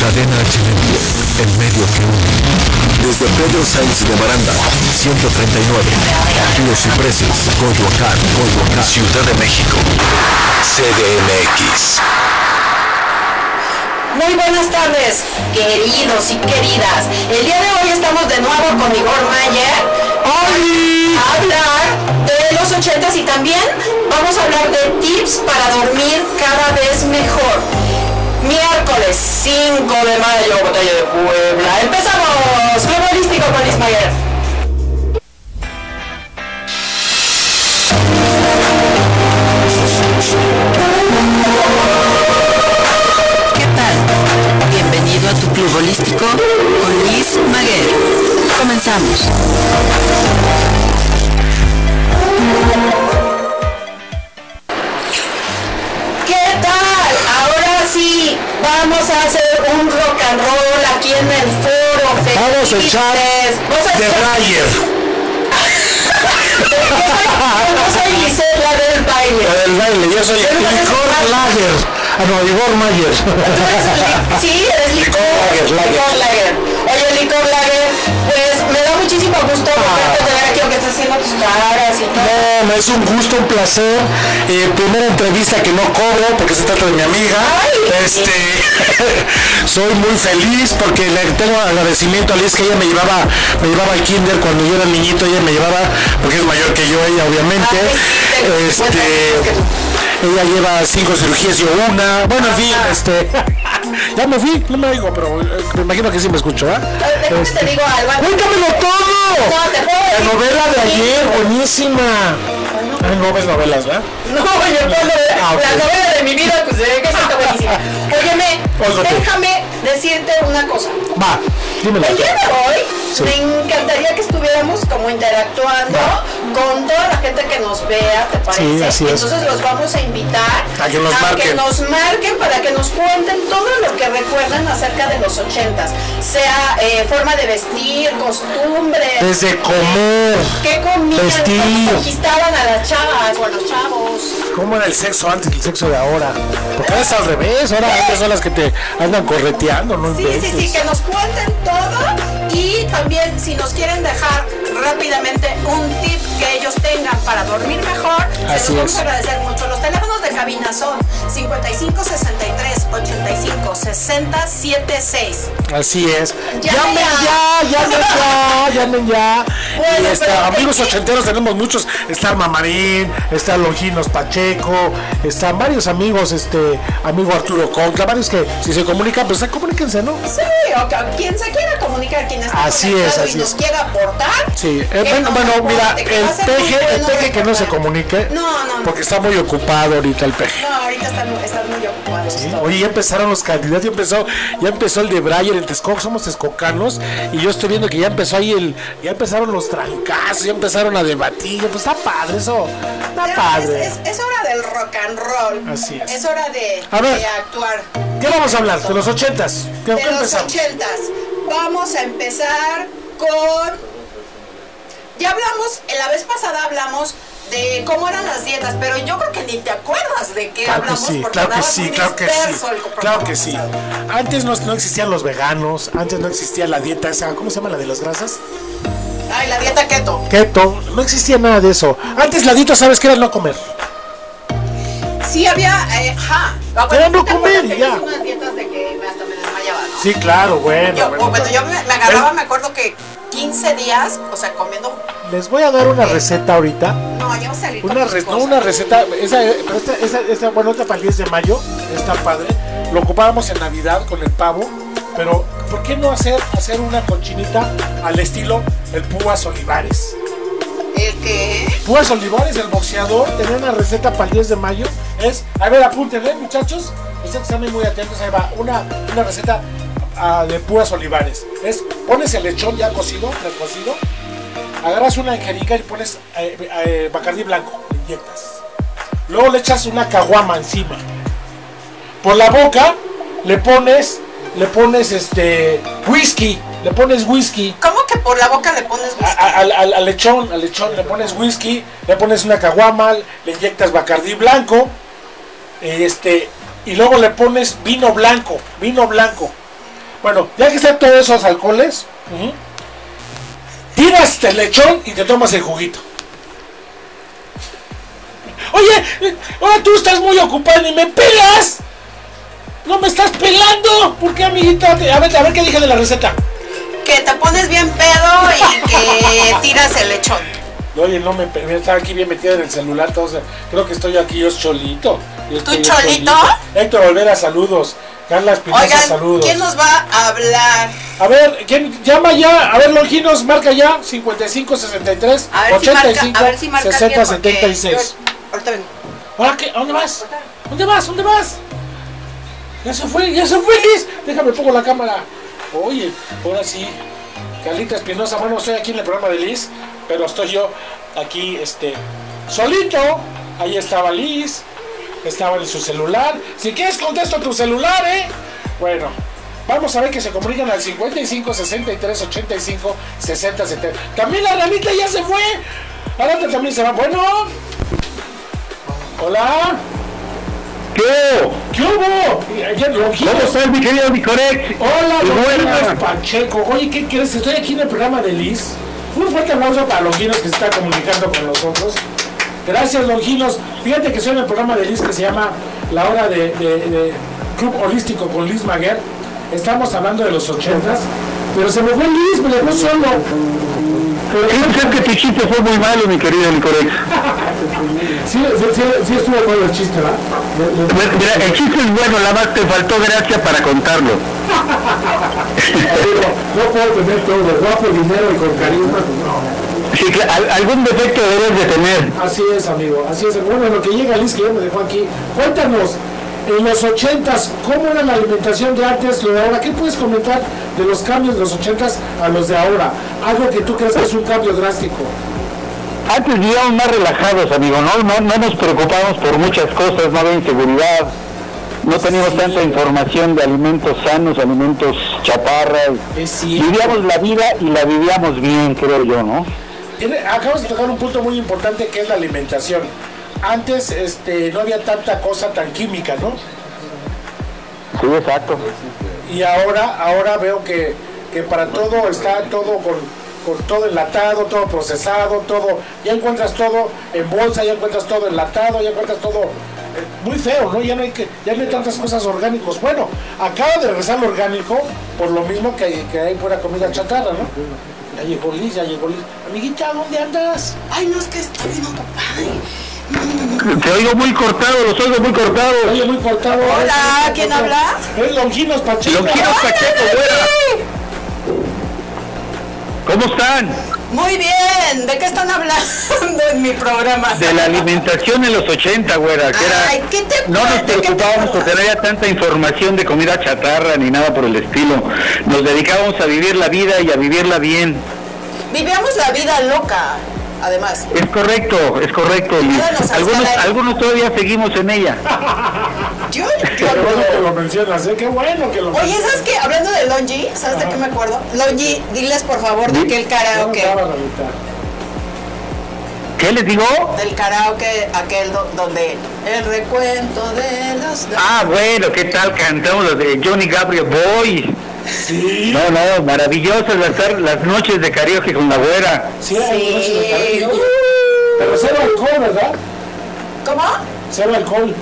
Cadena HM, el medio que une. Desde Pedro Sainz de Baranda, 139. Los Cipreses, Coyoacán, Coyoacán, Ciudad de México. CDMX. Muy buenas tardes, queridos y queridas. El día de hoy estamos de nuevo con Igor Mayer. ¡Oli! A hablar de los ochentas y también vamos a hablar de tips para dormir cada vez mejor. Miércoles 5 de mayo, batalla de Puebla. Empezamos. Club Holístico con Liz Mayer. ¿Qué tal? Bienvenido a tu club holístico con Liz Maguer. Comenzamos. ¿Qué tal? Ahora sí, vamos a hacer un rock and roll aquí en el foro. Vamos a echar Felices. Vamos a de echar- Brayer. Yo soy Giselle, la del baile. La del baile, yo soy Pero no es Igor mal. Lager. Ah, no, Igor Mayer. Tú eres li- sí, eres licor. Lager, Lager. Licor Lager. Oye, licor Lager, pues me da muchísimo gusto volverte a ver aquí, aunque estás haciendo tus caras y todo. Ah. No, no, es un gusto, un placer. Eh, primera entrevista que no cobro porque se trata de mi amiga. Ay. Este, soy muy feliz porque le tengo agradecimiento a Liz que ella me llevaba, me llevaba al kinder cuando yo era niñito, ella me llevaba, porque es mayor que yo ella obviamente. Ay, sí, te- Este, ella lleva cinco cirugías, yo una. Bueno, en fin, Ah. este. Ya me fui, no me oigo, pero eh, me imagino que sí me escucho, ¿ah? Déjame te digo algo. ¡Cuéntamelo todo! No, te puedo La decir- novela de ayer, buenísima. Ay, no ves novelas, ¿verdad? No, yo cuando Ah, ok. la novela de mi vida, pues eh, que está buenísima. Óyeme, Óigate. déjame decirte una cosa. Va, dímelo. El día de hoy Sí. me encantaría que estuviéramos como interactuando con toda la gente que nos vea, ¿te parece? Sí, así es. Entonces los vamos a invitar A que nos marquen. nos marquen para que nos cuenten todo lo que recuerdan acerca de los ochentas, sea eh, forma de vestir, costumbres, Desde comer, qué comían, vestir. cómo conquistaban a las chavas o a los chavos. ¿Cómo era el sexo antes y el sexo de ahora? Porque ahora es al revés, ahora antes son las que te andan correteando, ¿no? Sí, sí, sí, que nos cuenten todo y también si nos quieren dejar rápidamente un tip que ellos tengan para dormir mejor, se Así los vamos es. a agradecer mucho. Los teléfonos de cabina son 55 63 85 60 76. Así es. Llamen Llamen ya. ya, llamen ya, llamen ya. Bueno, Y este, pero- amigos ochenteros tenemos muchos. Está Mamarín, está Longinos Pacheco, están varios amigos, este amigo Arturo Conca, varios que si se comunican, pues comuníquense, ¿no? Sí, o que- quien se quiera comunicar, quien está Así conectado es, así y nos es. quiera aportar. Sí, eh, que bueno, nos bueno, aporte, mira, que va a el ser muy peje, el bueno peje que no se recordar. comunique, No, no, no. porque está muy ocupado ahorita el peje. No, ahorita están, están muy ocupados. Sí, Oye, ya empezaron los candidatos, ya empezó, ya empezó el de Brayer en Texcoco, somos texcocanos, y yo estoy viendo que ya empezó ahí el, ya empezaron los trancazos, ya empezaron a debatir, pues está padre eso, está Pero padre. Es, es- es hora del rock and roll. Así es. Es hora de, A ver. de actuar. ¿Qué vamos a hablar? ¿De los ochentas? ¿Qué, De qué los empezamos? ochentas. Vamos a empezar con. Ya hablamos, en la vez pasada hablamos de cómo eran las dietas, pero yo creo que ni te acuerdas de qué Claro que hablamos sí, porque claro que andabas sí, muy claro que sí, disperso el claro que programa sí. pasado. Antes no, no existían los veganos, antes no existía la dieta esa, ¿cómo se llama la de las grasas? Ay, la dieta keto. Keto, no existía nada de eso. Antes la dieta, ¿sabes qué era no comer? Sí había, eh, ja. Era no ¿Te acuerdas comer, que yo ya. hice unas dietas de que hasta me desmayaba, ¿no? Sí, claro, bueno. Yo, bueno. bueno, yo me, me agarraba, me acuerdo que 15 días, o sea, comiendo. Les voy a dar una receta ahorita. No, ya vamos a salir. con Una, tus re- no, cosas. una receta, esa, eh, pero esta, esa- esta, bueno, otra para el 10 de mayo, está padre. Lo ocupábamos en Navidad con el pavo, pero ¿por qué no hacer, hacer una cochinita al estilo el Púas Olivares? ¿El qué? Púas Olivares, el boxeador, tenía una receta para el 10 de mayo. Es, a ver, apúntenle, muchachos. Ustedes están muy atentos. Ahí va, una, una receta ah, de Púas Olivares. Es, pones el lechón ya cocido, precocido. Agarras una jeringa y pones eh, eh, bacardí blanco, le inyectas. Luego le echas una caguama encima. Por la boca le pones, le pones este whisky, le pones whisky. ¿Cómo que por la boca le pones A- whisky? a- al, al- al lechón, al lechón le pones whisky, le pones una caguama, le inyectas bacardí blanco, eh, este, y luego le pones vino blanco, vino blanco. Bueno, ya que están todos esos alcoholes, ujú, tiras el lechón y te tomas el juguito. Oye, eh, ahora tú estás muy ocupado y me pelas. No me estás pelando. ¿Por qué, amiguita? Te- A ver, a ver qué dije de la receta. Que te pones bien pedo y que tiras el lechón. No, Oye, no me permite, estaba aquí bien metido en el celular, entonces creo que estoy aquí yo cholito. Yo ¿Tú estoy cholito? Héctor Olvera, saludos. Carla Espinosa, Oigan, Pues saludos. ¿quién nos va a hablar? A ver, ¿quién llama ya? A ver, Longinos, marca ya 55 63 A ver 85 si marca, a ver si marca 60 alguien, porque 76. yo- ahorita vengo. Hola, ¿qué? ¿A dónde vas? ¿Dónde vas? ¿Dónde vas? Ya se fue, ya se fue Liz. Déjame pongo la cámara. Oye, ahora sí. Carlita Espinosa, bueno, estoy aquí en el programa de Liz, pero estoy yo aquí, este, solito. Ahí estaba Liz, estaba en su celular. Si quieres, contesto tu celular, ¿eh? Bueno, vamos a ver que se comunican al 55 63 85 60 70. También la ranita ya se fue. Ahora también se va. Bueno, Hola, ¿Qué? ¿qué hubo? Ayer Longinos. ¿Cómo estás, mi querido Nicorex? Hola, Longinos Buenas. Pacheco. Oye, ¿qué crees? Estoy aquí en el programa de Liz. Un fuerte aplauso para Longinos que se está comunicando con nosotros. Gracias, Longinos. Fíjate que soy en el programa de Liz que se llama La Hora de, de- de Club Holístico con Liz Maguer. Estamos hablando de los ochentas, pero se me fue Liz, me dejó solo. El chef que te hiciste fue muy malo, mi querido Nicorex. Sí, sí, sí, sí estuvo bueno el chiste, ¿verdad? Le- le- Mira, el chiste es bueno, la más te faltó gracia para contarlo. No puedo tener todo, guapo, dinero y con carisma. No. Sí, cla- al- algún defecto debes de tener. Así es, amigo, así es. Bueno, en lo que llega Liz, que ya me dejó aquí. Cuéntanos, en los ochentas, ¿cómo era la alimentación de antes, lo de ahora? ¿Qué puedes comentar de los cambios de los ochentas a los de ahora? Algo que tú crees que es un cambio drástico. Antes vivíamos más relajados, amigo, ¿no? No, no nos preocupábamos por muchas cosas, no había inseguridad, no teníamos tanta información de alimentos sanos, alimentos chaparras. Es cierto. Vivíamos la vida y la vivíamos bien, creo yo, ¿no? Tiene- Acabas de tocar un punto muy importante que es la alimentación. Antes este, no había tanta cosa tan química, ¿no? Sí, exacto. y ahora ahora veo que, que para todo está todo con, con todo enlatado, todo procesado, todo, ya encuentras todo en bolsa, ya encuentras todo enlatado, ya encuentras todo eh, muy feo, ¿no? Ya no hay que, ya no hay tantas cosas orgánicos. Bueno, acaba de regresar lo orgánico por lo mismo que, que hay fuera comida chatarra, ¿no? Ya llegó Liz, ya llegó Liz. Amiguita, ¿dónde andas? Ay, no, es que está bien ocupada. Te oigo muy cortado, los oigo muy cortados. Oye, muy cortado. ¿eh? Hola, ¿quién habla? Es Longinos Pacheco. Longinos Pacheco, güera. ¿Cómo están? Muy bien, ¿de qué están hablando en mi programa? De la alimentación en los 80, güera, que era... Ay, ¿qué te No nos pasa? ¿Qué te preocupábamos pasa? porque no había tanta información de comida chatarra ni nada por el estilo. Nos dedicábamos a vivir la vida y a vivirla bien. Vivíamos la vida loca, además. Es correcto, es correcto. Liz. Todos los Algunos, escolares. algunos todavía seguimos en ella. Yo, Qué yo bueno que lo mencionas, ¿eh? Qué bueno que lo Oye, mencionas. ¿sabes qué? Hablando de Longi, ¿sabes de qué me acuerdo? Longi, diles por favor de que el Ya no karaoke, estaba, Ramita. ¿Qué les digo? del karaoke aquel do- donde el recuento de los... Ah, bueno, ¿qué tal cantamos los de Johnny Gabriel Boy? Sí. No, no, maravillosas las, tar- las noches de karaoke con la güera. Sí, era Sí. negocio de carrillo. Pero cero alcohol, ¿verdad? Uh, ¿Cómo? Cero alcohol.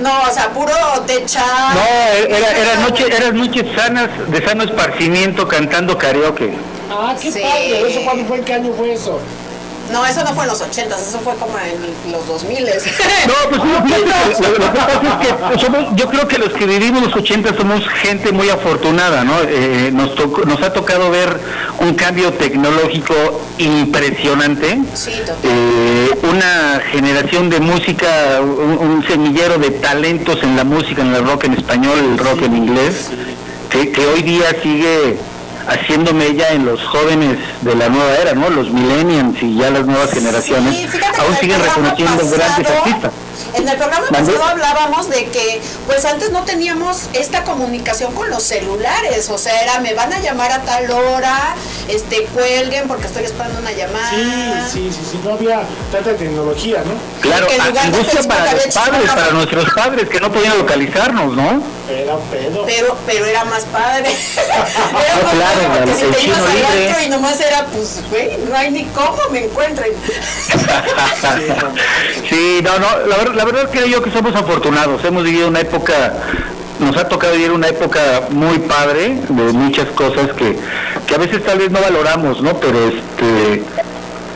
No, o sea, puro techa. No, era, era, noche, eran noches sanas, de sano esparcimiento cantando karaoke. Ah, qué Sí. padre. ¿Eso cuándo fue? ¿En qué año fue eso? No, eso no fue en los ochentas, eso fue como en los dos miles. No, pues Ah, no, fíjate que lo, lo que pasa es que somos- yo creo que los que vivimos los 80 somos gente muy afortunada, ¿no? Eh, nos, tocó- nos ha tocado ver un cambio tecnológico impresionante. Sí, total. Eh, una generación de música, un, un semillero de talentos en la música, en el rock en español, el rock en inglés, que, que hoy día sigue haciendo mella en los jóvenes de la nueva era, ¿no? Los millennials y ya las nuevas generaciones Sí, fíjate que aún en el siguen programa reconociendo grandes pasado- artistas. En el programa ¿Mande? pasado hablábamos de que, pues antes no teníamos esta comunicación con los celulares, o sea, era me van a llamar a tal hora, este, cuelguen porque estoy esperando una llamada. Sí, sí, sí, sí, no había tanta tecnología, ¿no? Claro, que en lugar de angustia Facebook para había los padres, chismógrafo. para nuestros padres que no podían localizarnos, ¿no? Era un pedo. Pero, pero era más padre. era No, más claro, padre porque el- si el te chino ibas al libre. antro y nomás era, pues, güey, no hay ni cómo me encuentren. Sí, no, no, la, ver- la verdad creo yo que somos afortunados, hemos vivido una época, nos ha tocado vivir una época muy padre, de muchas cosas que, que a veces tal vez no valoramos, ¿no? Pero este,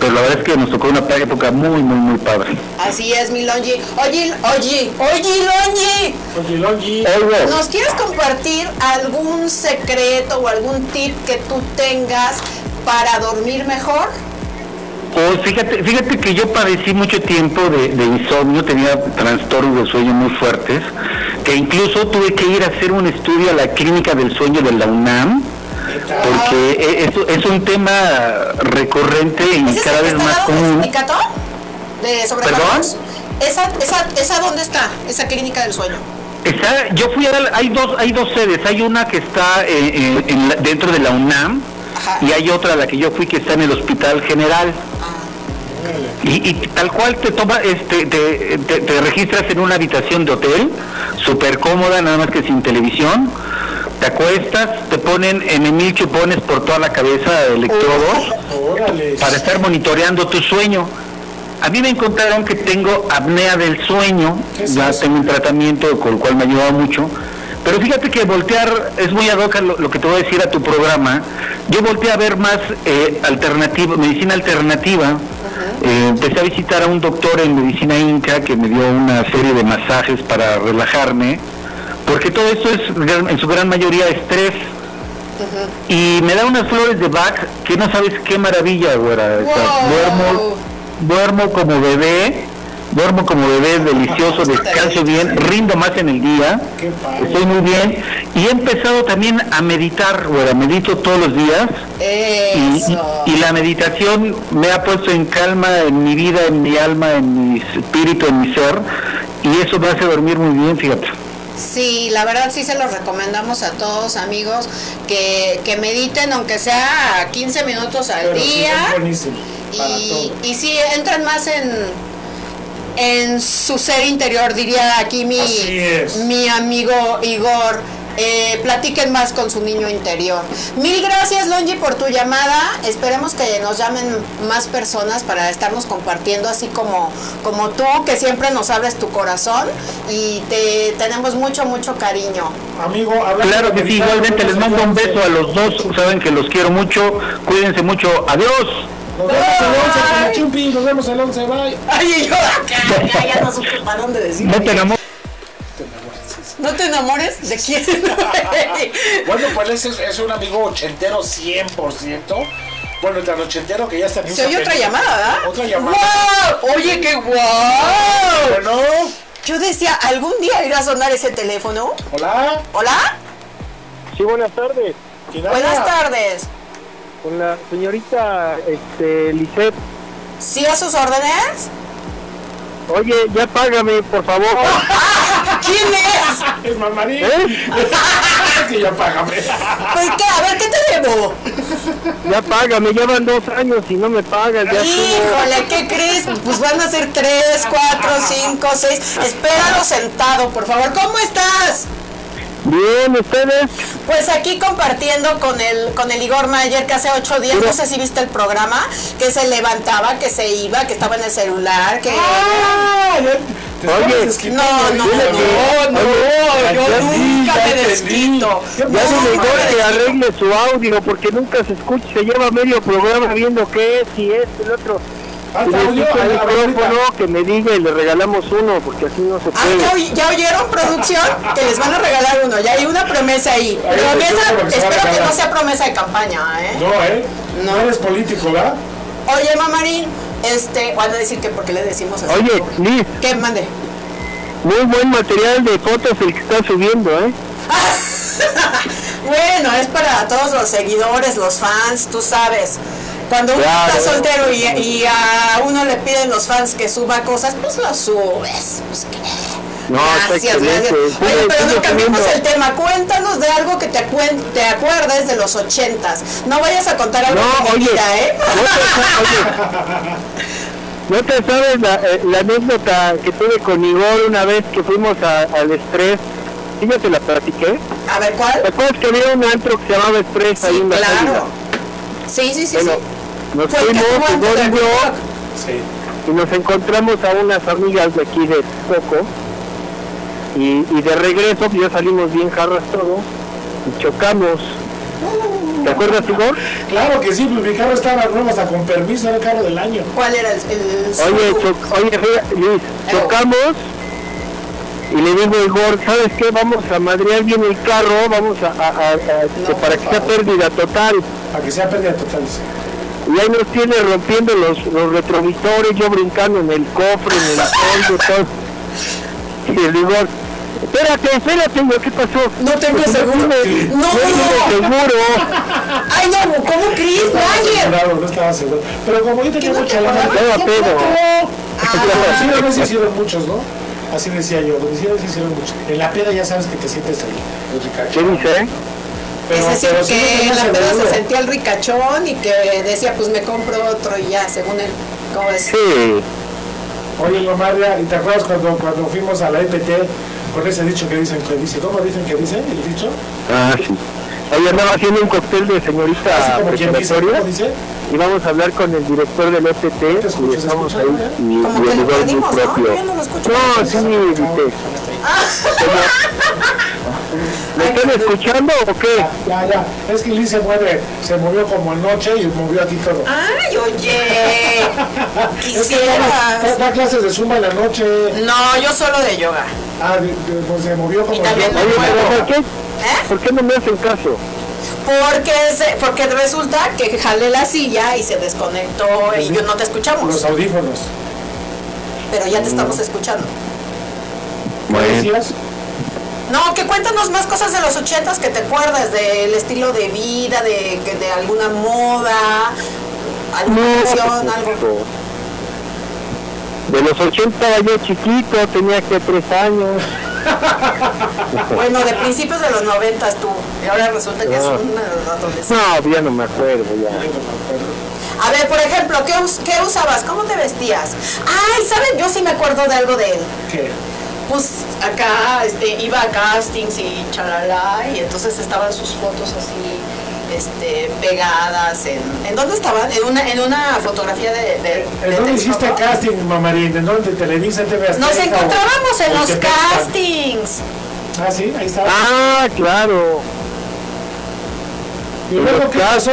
pero la verdad es que nos tocó una pa- época muy, muy, muy padre. Así es, mi Longi. Oye, oye, oye, Longi. Oye, Longi, Oye, ¿Nos quieres compartir algún secreto o algún tip que tú tengas para dormir mejor? Pues fíjate, fíjate que yo padecí mucho tiempo de, de insomnio, tenía trastornos de sueño muy fuertes, que incluso tuve que ir a hacer un estudio a la clínica del sueño de la UNAM, porque e- es, es un tema recurrente y Ah. ¿Ese es cada el que vez está más dado común. de Icató? ¿De sobrecargos? ¿Esa, esa, ¿Esa dónde está? Esa clínica del sueño. Está- yo fui a dar- hay dos, hay dos sedes, hay una que está eh, en- en la- dentro de la UNAM Ajá. y hay otra a la que yo fui que está en el Hospital General. Y, y tal cual te toma, este, te, te- te registras en una habitación de hotel, súper cómoda, nada más que sin televisión. Te acuestas, te ponen en mil chupones por toda la cabeza electrodos órale. para estar monitoreando tu sueño. A mí me encontraron que tengo apnea del sueño, ¿Qué es ya eso? tengo un tratamiento con el cual me ha ayudado mucho, pero fíjate que voltear es muy ad hoc a lo, lo que te voy a decir a tu programa. Yo volteé a ver más eh, alternativa, medicina alternativa. Eh, empecé a visitar a un doctor en medicina inca que me dio una serie de masajes para relajarme, porque todo esto es gran- en su gran mayoría estrés. Y me da unas flores de Bach que no sabes qué maravilla, güera. O sea, Wow. duermo, duermo como bebé, duermo como bebé, delicioso, descanso bien, rindo más en el día, Qué padre. estoy muy bien. Y he empezado también a meditar, güera, medito todos los días. Y, Eso. y la meditación me ha puesto en calma en mi vida, en mi alma, en mi espíritu, en mi ser. Y eso me hace dormir muy bien, fíjate. Sí, la verdad sí se los recomendamos a todos amigos que, que mediten aunque sea 15 minutos al Pero sí, día. es buenísimo. Para ¿eh? y, todo. y sí, entran más en en su ser interior, diría aquí mi, Así es. mi amigo Igor. Eh, platiquen más con su niño interior. Mil gracias, Longi, por tu llamada. Esperemos que nos llamen más personas para estarnos compartiendo, así como, como tú, que siempre nos abres tu corazón y te tenemos mucho, mucho cariño. Amigo, hablando Claro de que sí, meditar, igualmente les mando un beso a los dos, saben que los quiero mucho, cuídense mucho, adiós. Nos vemos el 11 con la Chumpi, nos vemos el 11, bye. Ay, yo acá, acá ya no supe para dónde decir. No te enamores. ¿No te enamores? ¿De quién? güey? Bueno, pues ese es, es un amigo ochentero 100%. Bueno, tan ochentero que ya está... Se oye otra llamada, ¿verdad? Otra llamada. ¡Wow! Oye, qué guau. Bueno, Yo decía, algún día irá a sonar ese teléfono. hola. ¿Hola? Sí, buenas tardes. ¿Quién habla? Buenas tardes. Con la señorita este, Lisette. ¿Sí a sus órdenes? Oye, ya págame, por favor. ¿Quién es? Es mamarín. ¿Eh? Es que ya págame. Pues qué, a ver, ¿qué te debo? Ya págame, ya van dos años y no me pagas. Ya estuvo. Híjole, ¿qué crees? Pues van a ser tres, cuatro, cinco, seis. Espéralo sentado, por favor. ¿Cómo estás? Bien, ¿ustedes? Pues aquí compartiendo con el, con el Igor Mayer que hace ocho días, no sé si viste el programa, que se levantaba, que se iba, que estaba en el celular, que... Ah, ya- te Oye. estabas desquitando No, ahorita, no, no, no, yo ya sí, nunca ya me entendí. desquito. Ya Nunca no me llegó que desquito. arregle su audio porque nunca se escucha. Se lleva medio programa viendo qué es y es el otro. Hasta Y le audio, digo al a ver, ahorita. micrófono que me diga y le regalamos uno porque así no se Ah, ¿ya, puede. oy- ya oyeron producción? Que les van a regalar uno, ya hay una promesa ahí. Ahí está, Promesa, yo creo que se va a espero que regalar. no sea promesa de campaña, ¿eh? No, ¿eh? No eres político, ¿verdad? Oye, mamarín, este, van a decir que porque le decimos así. Oye, Liz, ¿Qué mande? muy buen material de fotos el que está subiendo, ¿eh? Ah, Bueno, es para todos los seguidores, los fans, tú sabes. Cuando uno Claro. está soltero y, y a uno le piden los fans que suba cosas, pues lo subes. pues, ¿qué? No, está Gracias, excelente. gracias. Sigue- Oye, pero sigue no cambiemos poniendo- el tema. Cuéntanos de algo que te, acuen- te acuerdes de los ochentas. No vayas a contar algo No, de mi oye, vida, ¿eh? No te, sa- oye, ¿no te sabes la, eh, la anécdota que tuve con Igor una vez que fuimos a- al estrés? ¿Sí ya te la platiqué? A ver, ¿cuál? ¿Te acuerdas que había un antro que se llamaba Estrés ahí Sí, en la claro. Sí, sí, sí, Bueno, nos Fue el que fuimos, estuvo antes Igor del y yo, Woodstock. Sí. y nos encontramos a unas amigas de aquí de Coco y, y de regreso pues, ya salimos bien jarras todo y chocamos ¿te acuerdas Igor? Claro que sí, pues mi carro estaba nuevo hasta con permiso, era el carro del año. sí. ¿Cuál era el, el- oye, cho- oye fíjate, Luis, chocamos y le digo a Igor ¿sabes qué? vamos a madrear bien el carro vamos a, a- a- a- que por para que sea favor. pérdida total Para que sea pérdida total. sí. y ahí nos tiene rompiendo los, los retrovisores, yo brincando en el cofre, en el fondo, todo. Y el vigor, espérate, espérate, yo, ¿qué pasó? No tengo Pues, seguro. tiene- No. tiene seguro. Ay, no, ¿cómo Chris? Mayer? Claro, no estaba seguro. Pero como yo tenía ¿Qué no mucha te lana, acordabas? Estaba pedo. Ah, Sí, a veces hicieron muchos, ¿no? Así decía yo, los hicieron, sí hicieron muchos. En la peda ya sabes que te sientes ahí, muy rica. ¿Qué dice? es decir, pero sí Ah, que tenía la peda se seguro. sentía el ricachón y que decía, pues me compro otro y ya, según él. ¿Cómo es? Sí. Oye, Lomaria, ¿y te acuerdas cuando, cuando fuimos a la EPT con ese dicho que dicen que dice? ¿Cómo dicen que dice el dicho? Ah, sí. Ahí andaba haciendo un cóctel de Así Ah, señorita como quien dice, preparatoria ¿cómo dice? y vamos a hablar con el director del OTT Te escucho, y te estamos ahí escucho, ¿eh? y, Como y que el lo lugar muy perdimos, ¿no? propio. Yo no lo escucho. No, sí, Ah, dice. ¿Me están escuchando o qué? ah, Ya, ya, es que Liz se mueve, se movió como anoche y movió aquí todo. Ah, Ay, oye. Es que da, da- Quisieras. da clases de zumba en la noche, No, yo solo de yoga. ah, de- de- pues se movió como también yo. la- Oye, pero ¿por qué? ¿Eh? ¿Por qué no me hacen caso? Porque, se- porque resulta que jalé la silla y se desconectó y yo no te los escuchamos, audífonos. pero ya te estamos escuchando. ¿Qué decías? No, que cuéntanos más cosas de los ochentas que te acuerdas, del estilo de vida, de, que- de alguna moda, alguna canción, algo. De los 80 yo chiquito, tenía que 3 años. Bueno, de principios de los noventas tú, y ahora resulta que es un eh, adolescente. No, ya no me acuerdo ya. A ver, por ejemplo, ¿qué, us- qué usabas? ¿Cómo te vestías? Ay, ¿saben? Yo sí me acuerdo de algo de él. ¿Qué? pues acá este, iba a castings y chalala, y entonces estaban sus fotos así este, pegadas. En, ¿en dónde estaban? En una, en una fotografía de. de- de ¿En dónde Texcoco. hiciste casting, mamarín? ¿En dónde? ¿En Televisa, en TV Azteca Este o- Nos encontrábamos o en los Tepepan? castings. Ah, sí, ahí está. Ah, claro. ¿Y luego qué pasó?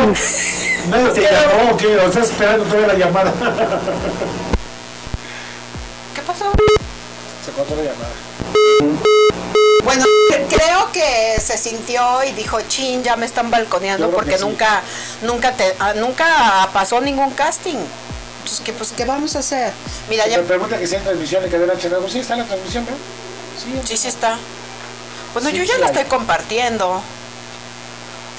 Nadie te llamó, ¿o ¿qué? ¿O estás esperando todavía la llamada? ¿Qué pasó? Se cortó la llamada. Bueno, cre- creo que se sintió y dijo, chin, ya me están balconeando Yo creo porque que sí. nunca, nunca, te, ah, nunca pasó ningún casting. Entonces, ¿qué, pues, ¿qué vamos a hacer? Mira, Me Ah, ya pregunta que si hay transmisión en cadena H nuevo. Sí, está la transmisión, ¿no? Sí, sí está. Bueno, Sí, yo ya sí la hay. estoy compartiendo.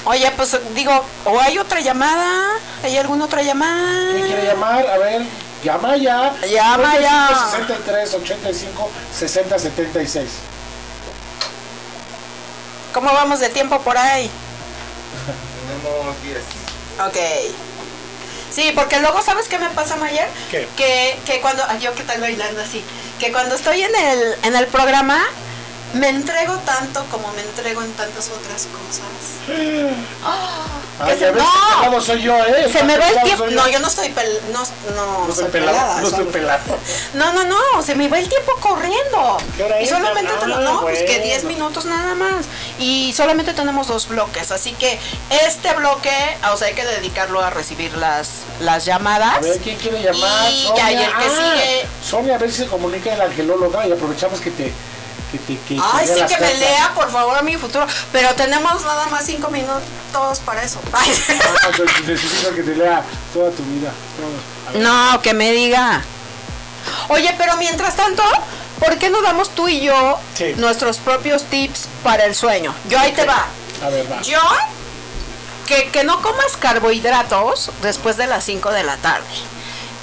Oye, pues digo, o hay otra llamada, hay alguna otra llamada. ¿Quién quiere llamar? A ver, llama ya. Llama ya. 63 85 60 76. ¿Cómo vamos de tiempo por ahí? Tenemos 10. Ok. Sí, porque luego, ¿sabes qué me pasa, Mayer? ¿Qué? Que, que cuando, ay, yo que tal bailando así, que cuando estoy en el, en el programa, me entrego tanto como me entrego en tantas otras cosas. Ah, que Ay, se- ya ves, el no, pelado soy yo, ¿eh? Se me va el Pelado tiempo. soy No, yo no estoy pel- no, No no, soy soy pelado. pelada, No soy soy- pelado. No, no, no, se me va el tiempo corriendo. ¿Qué hora Y es? solamente Ah, tenemos, no, pues que bueno. 10 minutos nada más. Y solamente tenemos dos bloques, así que este bloque, o sea, hay que dedicarlo a recibir las, las llamadas. A ver, ¿quién quiere llamar? Y ya, y el que sigue- Sonia, a ver si se comunica el angelóloga y aprovechamos que te. Que te que, Ay, lea sí las que me cartas. lea, por favor, mi futuro. Pero tenemos nada más 5 minutos para eso. Ay. Ah, pues, Necesito que te lea toda tu vida. Vamos, a ver. No, que me diga. Oye, pero mientras tanto, ¿por qué no damos tú y yo Sí. nuestros propios tips para el sueño? Yo ahí te va. A ver, va. Yo, que, que no comas carbohidratos después de las 5 de la tarde.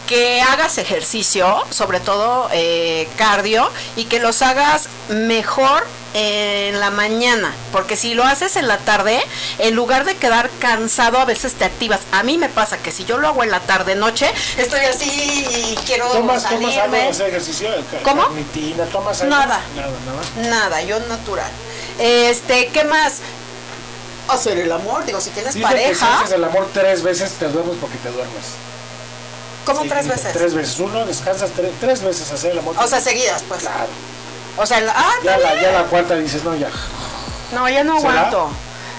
que hagas ejercicio, sobre todo eh, cardio, y que los hagas mejor en la mañana, porque si lo haces en la tarde, en lugar de quedar cansado, a veces te activas. A mí me pasa que si yo lo hago en la tarde noche, estoy así y quiero ¿Tomas, tomas algo de salirme. hacer ejercicio? eh, Ca- ¿Cómo? carnitina, ¿Tomas algo? Nada. Nada, nada. Nada, yo natural. Este, ¿qué más? Hacer el amor, digo, si tienes Dicen que si pareja, haces el amor tres veces, te duermes porque te duermes. ¿Cómo Sí, tres dicen, veces? Tres veces. Uno, descansas tres, tres veces hacer el amor. o sea, seguidas, pues. Claro. O sea, la- ah, Ya la, también. ya la cuarta dices, no, ya. Ah, No, ya no ¿Será? aguanto.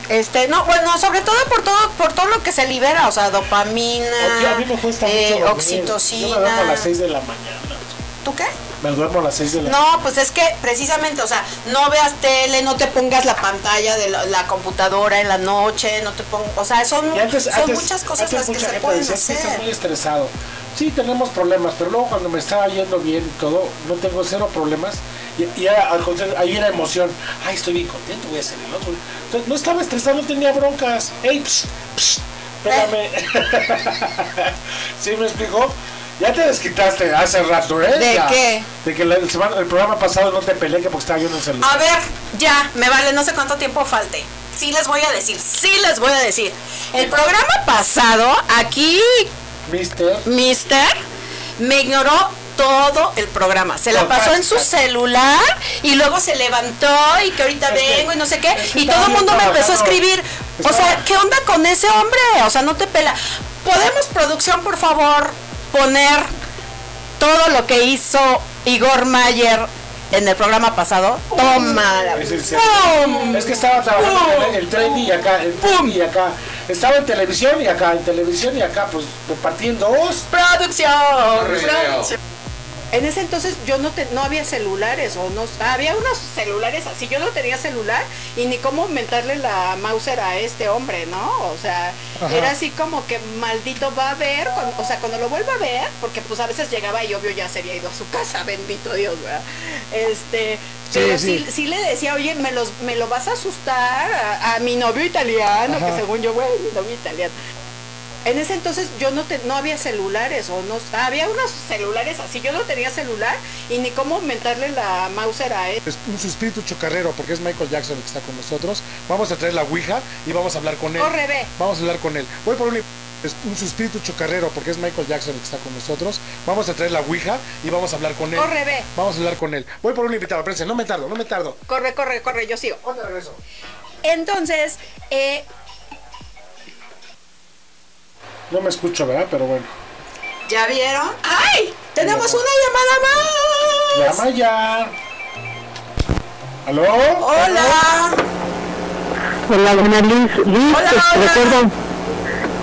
Este, no, bueno, sobre todo por todo por todo lo que se libera, o sea, dopamina, Oye, a mí me cuesta eh, mucho dormir. Yo me oxitocina. duermo a las 6 de la mañana. ¿Tú qué? Me duermo a las 6 de la No, pues es que precisamente, o sea, no veas tele, no te pongas la pantalla de la, la computadora en la noche, no te pongas, o sea, son, Y antes, son antes- muchas cosas antes las que mucha se gente pueden decía, "Es que estás hacer. muy estresado. Sí, tenemos problemas, pero luego cuando me estaba yendo bien y todo, no tengo cero problemas. Y, y era, al contrario, ahí era emoción. Ay, estoy bien contento, voy a hacer el otro. Entonces, no estaba estresado, no tenía broncas. ¡Ey, psh, psh, espérame! Eh. ¿Sí me explicó? Ya te desquitaste hace rato, ¿eh? ¿De Ya. qué? De que la- el, semana- el programa pasado no te peleé que porque estaba yo en el Ah. celular. A ver, ya, me vale, no sé cuánto tiempo falte. Sí les voy a decir, sí les voy a decir. El programa pasado, aquí, ¿Viste? Mister, me ignoró todo el programa. Se la Total. pasó en su celular y luego se levantó y que ahorita Es que- vengo y no sé qué. es que Y estaba todo el bien mundo me empezó a trabajando. escribir. O sea, Estaba- ¿qué onda con ese hombre? O sea, no te pela. ¿Podemos, producción, por favor, poner todo lo que hizo Igor Mayer en el programa pasado? Toma la. Es, el centro. Es que estaba trabajando en el, el trendy y acá, el pum y acá. Estaba en televisión y acá, en televisión y acá, pues repartiendo dos. Producción. producción. En ese entonces yo no te- no había celulares o no había unos celulares así, yo no tenía celular y ni cómo aumentarle la Mauser a este hombre, ¿no? O sea, era así como que maldito va a ver, cuando- o sea, cuando lo vuelva a ver, porque pues a veces llegaba y obvio ya se había ido a su casa, bendito Dios, ¿verdad? Este, pero sí, sí. le decía, oye, me los me lo vas a asustar a, a mi novio italiano, que según yo, güey, mi novio italiano. En ese entonces yo no te, no había celulares o no había unos celulares así, yo no tenía celular y ni cómo aumentarle la Mauser a ¿eh? él. Es un espíritu chocarrero, porque es Michael Jackson el que está con nosotros. Vamos a traer la Ouija y vamos a hablar con él. Corre, ve. Vamos a hablar con él. Voy por un, es un espíritu chocarrero, porque es Michael Jackson el que está con nosotros. Vamos a traer la Ouija y vamos a hablar con él. Corre, ve. Vamos a hablar con él. Voy por un invitado, prensa, no me tardo, no me tardo. Corre, corre, corre, yo sigo. ¿Dónde regreso? Entonces, eh, No me escucho, ¿verdad? Pero bueno. ¿Ya vieron? ¡Ay! ¡Tenemos una llamada más! Pues- Llama ya. ¿Aló? ¡Hola! Hola, buenas Liz. Liz, Hola, pues, hola. recuerdo.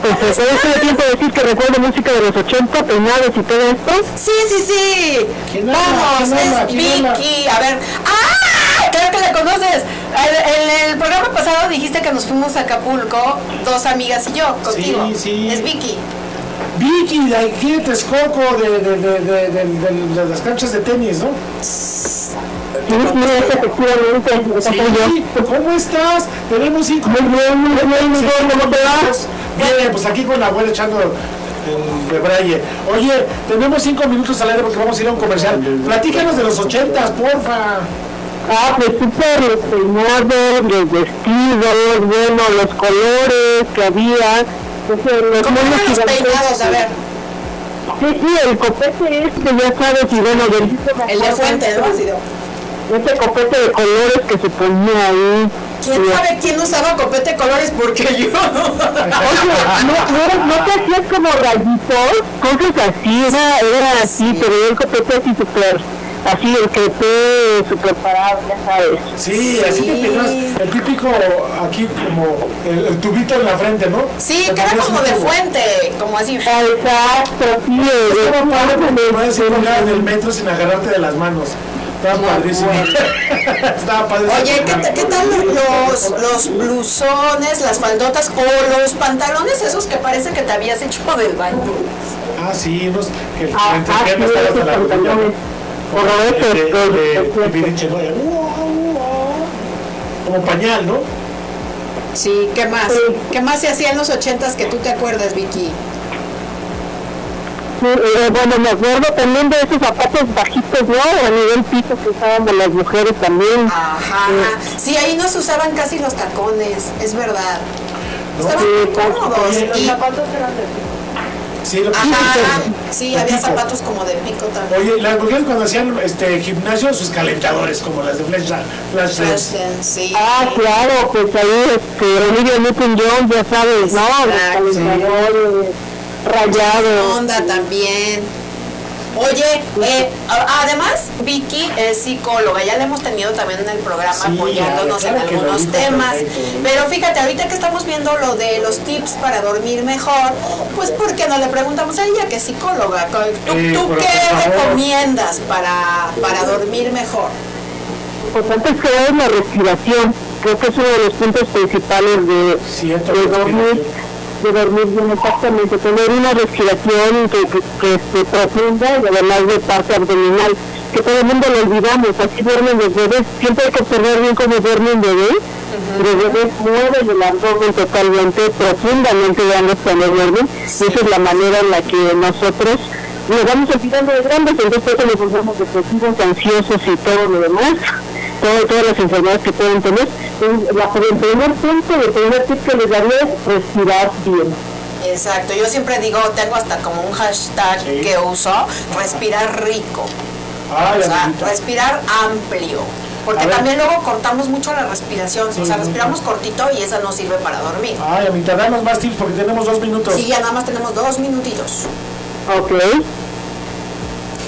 Pues recuerdo todo el tiempo decir que recuerdo música de los 80, peinados y todo esto. Sí, sí, sí. ¿Quién habla? Vamos, ¿Quién habla? es ¿Quién habla? Vicky. A ver. ¡Ah! Creo que la conoces. En el, el programa pasado dijiste que nos fuimos a Acapulco, dos amigas y yo, contigo. sí. Es Vicky. Vicky de aquí de Texcoco, de, de, de, de, de- de- de las canchas de tenis, ¿no? Liz, mira, es efectivamente, esa soy yo. ¿Cómo estás? Tenemos cinco Muy bien, muy bien, muy bien, ¿cómo te va? minutos. Bien, pues aquí con la abuela echando eh, de braille. Oye, tenemos cinco minutos al aire porque vamos a ir a un comercial. Platícanos de los ochentas, porfa. Ah, pues súper los peinados, los vestidos, bueno, los colores que había. Entonces, los ¿Cómo monos eran los gigantescos. peinados? A ver. Sí, sí, el copete este, ya sabes, y bueno, del El de Fuente, ¿no? Así de- Ese copete de colores que se ponía ahí. ¿Quién eh, sabe quién usaba copete de colores? Porque yo no. Oye, ¿no, no, eras- no te hacías como rayitos? Cosas así, era, era así, pero el copete así súper, así el crepé súper parado, ya sabes. Sí, así te tenías el típico aquí como el, el tubito en la frente, ¿no? Sí, Te que era ponías como un de tubo. fuente, como así. Ah, Exacto, sí, el- Estaba el- padre porque podías ir colgada en el metro sin agarrarte de las manos. Estaba padrísimo. Estaba padrísimo. Oye, ¿qué, ta- qué tal los, los blusones, las faldotas o los pantalones esos que parece que te habías hecho del baño? Ah, sí, unos que el Ah, entre ah, sí, piernas estaba hasta esos la rodilla. pantalones. De- Horrorosos, los- de- los- de Timbiriche, ¿no? Como pañal, ¿no? Sí, ¿qué más? ¿Qué más se hacía en los ochentas que tú te acuerdas, Vicky? eh, bueno, me acuerdo también de esos zapatos bajitos, ¿no? A nivel piso que usábamos las mujeres también. Ajá. Sí, ahí nos usaban casi los tacones, es verdad. Estaban Sí, cómodos. Los y- zapatos eran de pico. Sí, lo que Ajá, sí, sí, había zapatos como de pico también. Oye, las mujeres cuando hacían este gimnasio, sus calentadores, como las de Flash, Flash Dance. Sí. Ah, claro, pues ahí, este, Olivia Newton-John, ya sabes, ¿no? Exacto. Los calentadores, rayados. onda también. Oye, eh, a- además Vicky es psicóloga, ya la hemos tenido también en el programa Sí, apoyándonos claro, claro en que lo algunos dijo temas. perfecto. Pero fíjate, ahorita que estamos viendo lo de los tips para dormir mejor, pues ¿por qué no le preguntamos a ella que es psicóloga? ¿Tú, Sí, tú por- por qué favor. recomiendas para, para dormir mejor? Pues antes que nada es la respiración, creo que es uno de los puntos principales de, Cierto, de respiración. dormir, de dormir bien exactamente, tener una respiración que, que, que esté profunda y además de parte abdominal, que todo el mundo lo olvidamos, así duermen los bebés, siempre hay que observar bien cómo duerme un bebé, los bebés mueven el abdomen totalmente, profundamente grandes cuando duermen, y esa es la manera en la que nosotros nos vamos olvidando de grandes, entonces por eso nos volvemos depresivos, ansiosos y todo lo demás todo- todas las enfermedades que pueden tener. Entonces, La, el primer punto, el primer tip que les daría es respirar bien. Exacto, yo siempre digo, tengo hasta como un hashtag Sí. que uso, respirar rico. Ay, O sea, pues- amiguita. respirar amplio. Porque A ver. también luego cortamos mucho la respiración. o sea, sí. respiramos cortito y esa no sirve para dormir. Ay, amiguita, danos más tips porque tenemos dos minutos. Sí, ya nada más tenemos dos minutitos. Ok,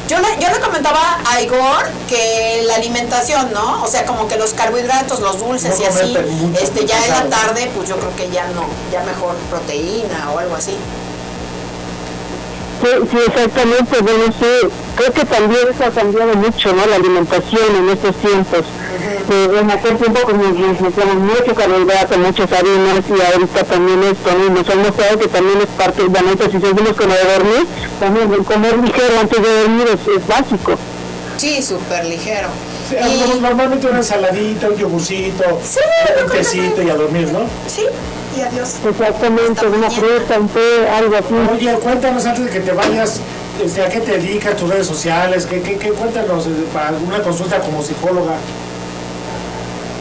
Yo le, yo le comentaba a Igor que la alimentación, ¿no? O sea, como que los carbohidratos, los dulces No y así, comer mucho este, ya en la procesado. tarde, pues yo creo que ya no, ya mejor proteína o algo así. sí, sí, exactamente. Bueno, sí, creo que también eso ha cambiado mucho, ¿no? La alimentación en estos tiempos. Eh, en aquel tiempo como nos metíamos mucho carbohidrato, muchas harinas y ahorita también esto, ¿no? Y nos han mostrado que también es parte, bueno, entonces, si seguimos con lo de dormir, también el comer ligero antes de dormir es- es básico. Sí, súper ligero. Sí, Y- hacemos normalmente una ensaladita, un yogurcito, Sí, yo un creo que tecito sí. y a dormir, ¿no? sí, y adiós. Exactamente, Hasta una mañana. fruta, un té, algo así. Oye, cuéntanos antes de que te vayas, este, ¿a qué te dedicas tus redes sociales? ¿Qué, qué, qué? Cuéntanos eh, para alguna consulta como psicóloga.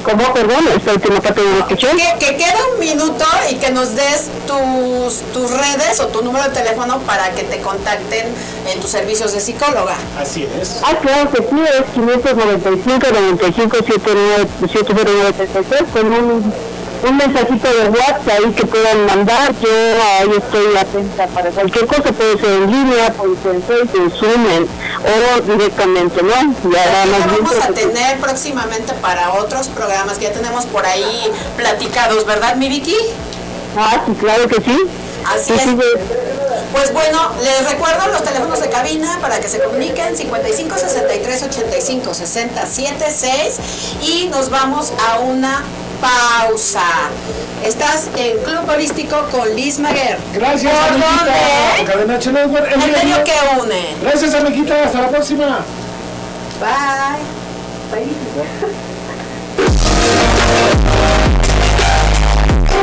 ¿Cómo? Perdón, esta última parte no la escuché. Que, que quede un minuto y que nos des tus, tus redes o tu número de teléfono para que te contacten en tus servicios de psicóloga. Así es. Ah, claro que sí, es 595 95 79 con un, un mensajito de WhatsApp ahí que puedan mandar. Yo ahí estoy atenta para cualquier cosa, puede ser en línea, puede ser en Facebook, en Zoom, en- o directamente, ¿no? Ya nada Aquí más la bien vamos creo a que- tener próximamente para otros programas que ya tenemos por ahí platicados, ¿verdad, mi Vicky? Ah, sí, claro que sí. Así Sí, es. sí, de- Pues bueno, les recuerdo los teléfonos de cabina para que se comuniquen 55 63 85 60 76 y nos vamos a una pausa. Estás en Club Holístico con Liz Maguer. Gracias, ¿Por amiguita. dónde? Cadena H Network, en El vivo. medio que une. Gracias, amiguita. Hasta la próxima. Bye.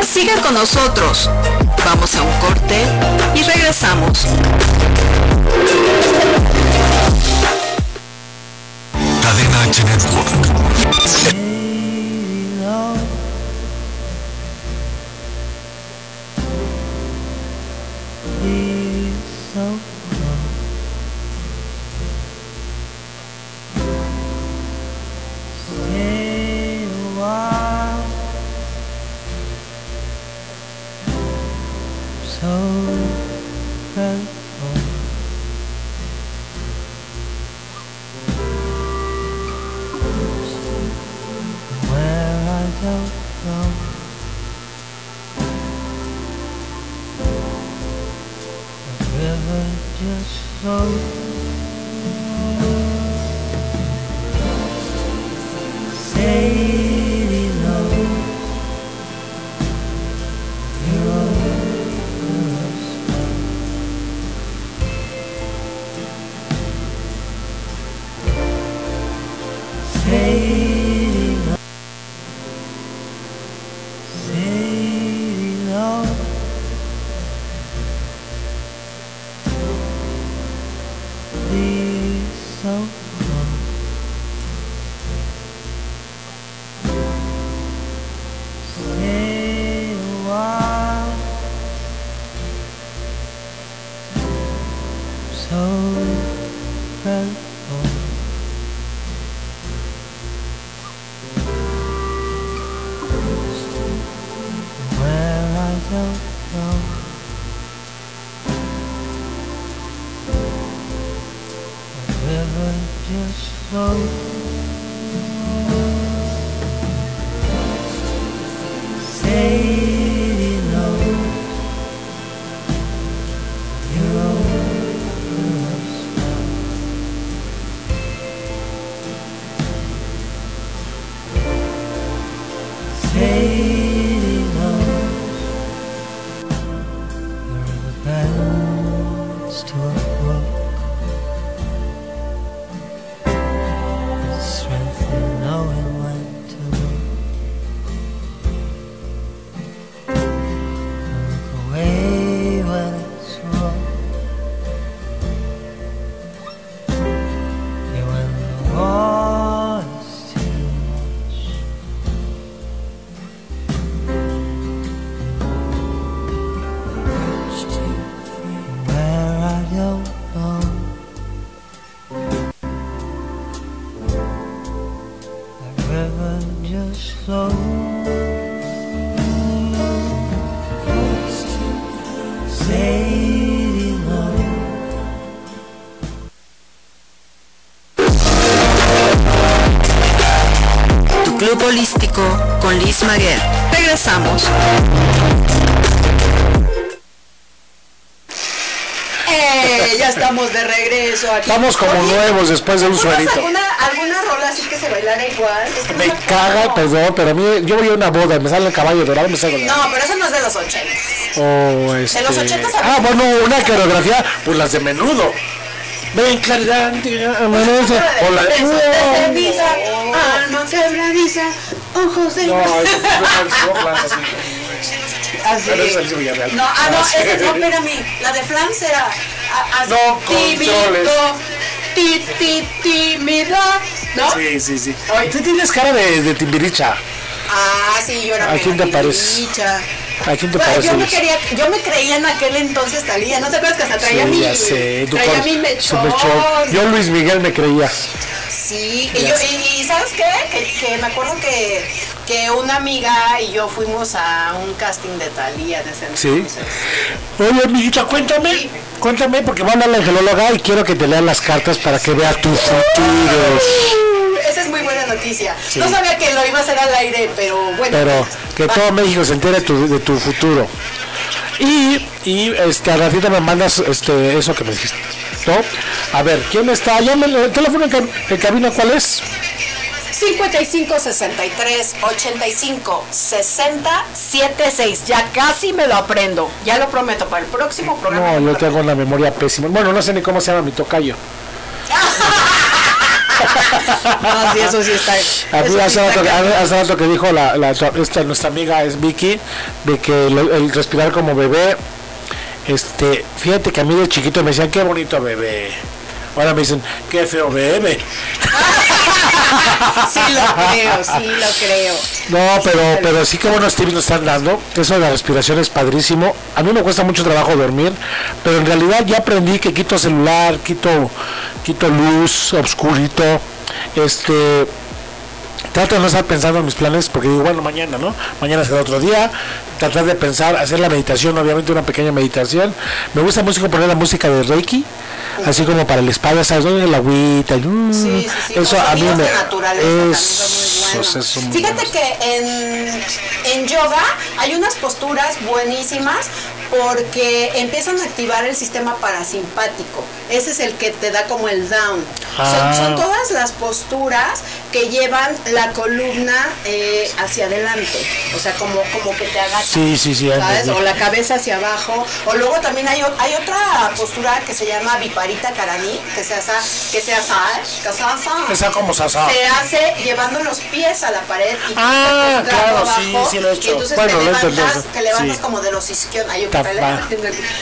Siga con nosotros. Vamos a un corte y regresamos. Cadena H Network. Sailing on, Club Holístico con Liz Maguer. Regresamos. ¡Eh! Ya estamos de regreso aquí. Estamos como Oye, nuevos después de un ¿conoces suerito. ¿Alguna, alguna rola así que se bailara igual? Es que no Me acuerdo. caga, perdón, pero a mí, yo voy a una boda, me sale el caballo dorado, me sale... No, pero eso no es de los 80. O este... los ochentas había- Ah, bueno, una coreografía, pues las de menudo. Ven, claridad, Pues, tira, amanece. O la... Desde Ibiza, alma quebradiza, ojos de... No, es rolas así. Así. Pero es Alicia Villarreal. No, ah, no, Ah, sí. esa no, espérame. La de Flans era. a- a- No controles. ti, ti, tímido. ¿No? Sí, sí, sí. Ay, Tú tienes cara de, de timbiricha. Ah, sí, yo era ¿A mega quién te pareces? tibicha. ¿A quién te Bueno, parece? yo me Luis? quería, yo me creía en aquel entonces Talía, ¿no te acuerdas que hasta traía Sí, mi, ya sé, tu traía cor- mi su mechón? mechón. Yo Luis Miguel me creía. Sí, y, yo, y, y ¿sabes qué? Que, que me acuerdo que, que una amiga y yo fuimos a un casting de Talía de ese Sí. entonces. Oye, amiguita, cuéntame. Cuéntame, porque van a la angelóloga y quiero que te lean las cartas para que vea tus futuros. Esa es muy buena noticia. No sabía que lo iba a hacer al aire, pero bueno. Pero que Va. todo México se entere tu- de tu futuro. Y, y este, a ratito me mandas este, eso que me dijiste. ¿No? A ver, ¿quién está? Llámale, el teléfono en, ca- en cabina, ¿cuál es? 55 63 85 60 76. Ya casi me lo aprendo. Ya lo prometo para el próximo programa. No, yo tengo una memoria pésima. Bueno, no sé ni cómo se llama mi tocayo. Ah, sí, eso sí está. A mí eso sí hace, está rato, que- cañón. hace rato que dijo la, la- esta, nuestra amiga es Vicky de que lo- el respirar como bebé, este, fíjate que a mí de chiquito me decían qué bonito bebé. Ahora me dicen qué feo bebé. Sí lo creo, sí lo creo. No, pero, pero sí que buenos tips nos están dando. Eso de la respiración es padrísimo. A mí me cuesta mucho trabajo dormir, pero en realidad ya aprendí que quito celular, quito, quito luz, obscurito, este trato de no estar pensando en mis planes porque digo, bueno, mañana, ¿no? Mañana será otro día. Tratar de pensar, hacer la meditación, obviamente una pequeña meditación. Me gusta música poner la música de Reiki, así como para el espalda, ¿sabes? ¿no? La agüita, y, mm, Sí, sí, sí. eso los a mí sonidos me... de naturaleza también son muy esos, buenos. esos muy Fíjate buenos. que en, en yoga hay unas posturas buenísimas porque empiezan a activar el sistema parasimpático. Ese es el que te da como el down. Ah. Son, son todas las posturas que llevan la columna eh, hacia adelante. O sea, como, como que te agachas. Sí, sí, sí. ¿sabes? entendí. O la cabeza hacia abajo. O luego también hay, o- hay otra postura que se llama viparita karani, que se hace, que se hace, que se hace- Esa como sasa. se hace llevando los pies a la pared y Ah, acostando claro, sí, sí lo he hecho. Y entonces Bueno, te lo he entendido levantas, eso, te levantas sí. como de los isquion. Ay, yo Esta te levantas, te-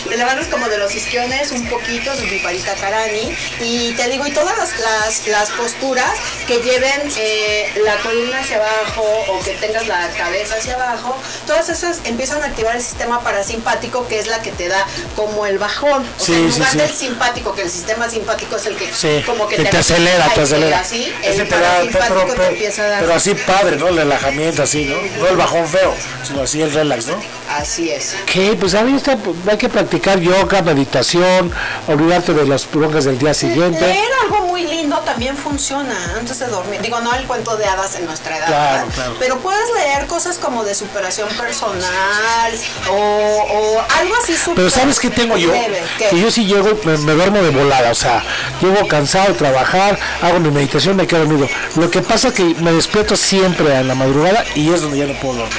te levantas como de los isquiones, un poquito, su viparita karani, y te digo, y todas las, las, las posturas que lleven eh, la columna hacia abajo o que tengas la cabeza hacia abajo, todas esas empiezan a activar el sistema parasimpático, que es la que te da como el bajón. O sea, Sí, en sí, lugar sí. del simpático, que el sistema simpático es el que Sí, como que que te acelera, te Ay, sí, acelera. Así, Ese el te da- te- parasimpático pero, te pero- empieza a dar. pero así padre, ¿no? El relajamiento, así, ¿no? No el bajón feo, sino así el relax, ¿no? Así es. Que pues ahí está, hay que practicar yoga, meditación, olvidarte de las broncas del día siguiente. Leer algo muy lindo también funciona antes de dormir. Digo, no el cuento de hadas en nuestra edad. Claro, ¿verdad? claro. Pero puedes leer cosas como de superación personal o, o algo así súper Pero ¿sabes qué tengo yo? eh, leve, ¿qué? Que yo si llego, y me, me duermo de volada, o sea, llego cansado de trabajar, hago mi meditación, me quedo dormido. Lo que pasa es que me despierto siempre en la madrugada y es donde ya no puedo dormir.